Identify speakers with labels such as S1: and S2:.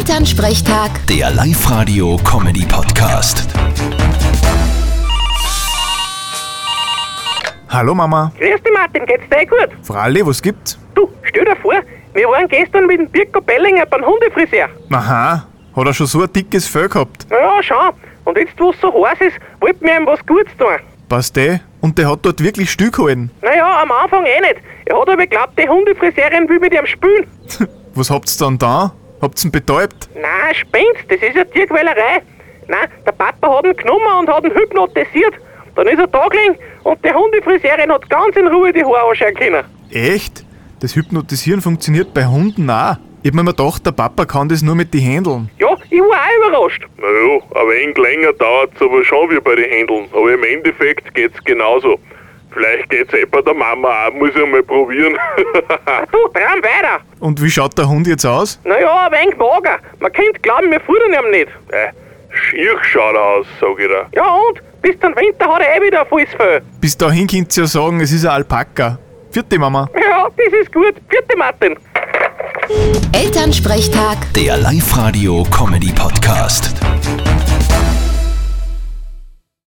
S1: Elternsprechtag,
S2: Der Live-Radio-Comedy-Podcast.
S3: Hallo Mama.
S4: Grüß dich Martin, geht's dir eh gut?
S3: Fralli, was gibt's?
S4: Du, stell dir vor, wir waren gestern mit dem Birko Bellinger beim Hundefriseur.
S3: Aha, hat er schon so ein dickes Fell gehabt.
S4: Ja, schau. Und jetzt, wo es so heiß ist, wollten wir ihm was Gutes tun.
S3: Passt eh. Und der hat dort wirklich Stück gehalten.
S4: Naja, am Anfang eh nicht. Er hat aber geglaubt, die Hundefriseurin will mit ihm spülen.
S3: Was habt's dann da? Habt's ihn betäubt?
S4: Nein, spinnst, das ist ja Tierquälerei. Nein, der Papa hat ihn genommen und hat ihn hypnotisiert. Dann ist er da gelegen und die Hundefriseurin hat ganz in Ruhe die Haare anschauen können.
S3: Echt? Das Hypnotisieren funktioniert bei Hunden auch. Ich hab mir immer gedacht, der Papa kann das nur mit den Händeln.
S4: Ja, ich war auch überrascht.
S5: Naja, ein wenig länger dauert es aber schon wie bei den Händeln. Aber im Endeffekt geht's genauso. Vielleicht geht's eh bei der Mama auch, muss ich mal probieren.
S4: Du, dran weiter.
S3: Und wie schaut der Hund jetzt aus?
S4: Naja, ein wenig mager. Man könnte glauben, wir fuhren ihm nicht.
S5: äh, schier schaut er aus, sag ich dir.
S4: Ja und? Bis zum Winter hat er eh wieder volles Fell.
S3: Bis dahin könnt ihr ja sagen, es ist ein Alpaka. Vierte Mama.
S4: Ja, das ist gut. Vierte Martin.
S1: Elternsprechtag.
S2: Der Live-Radio-Comedy-Podcast.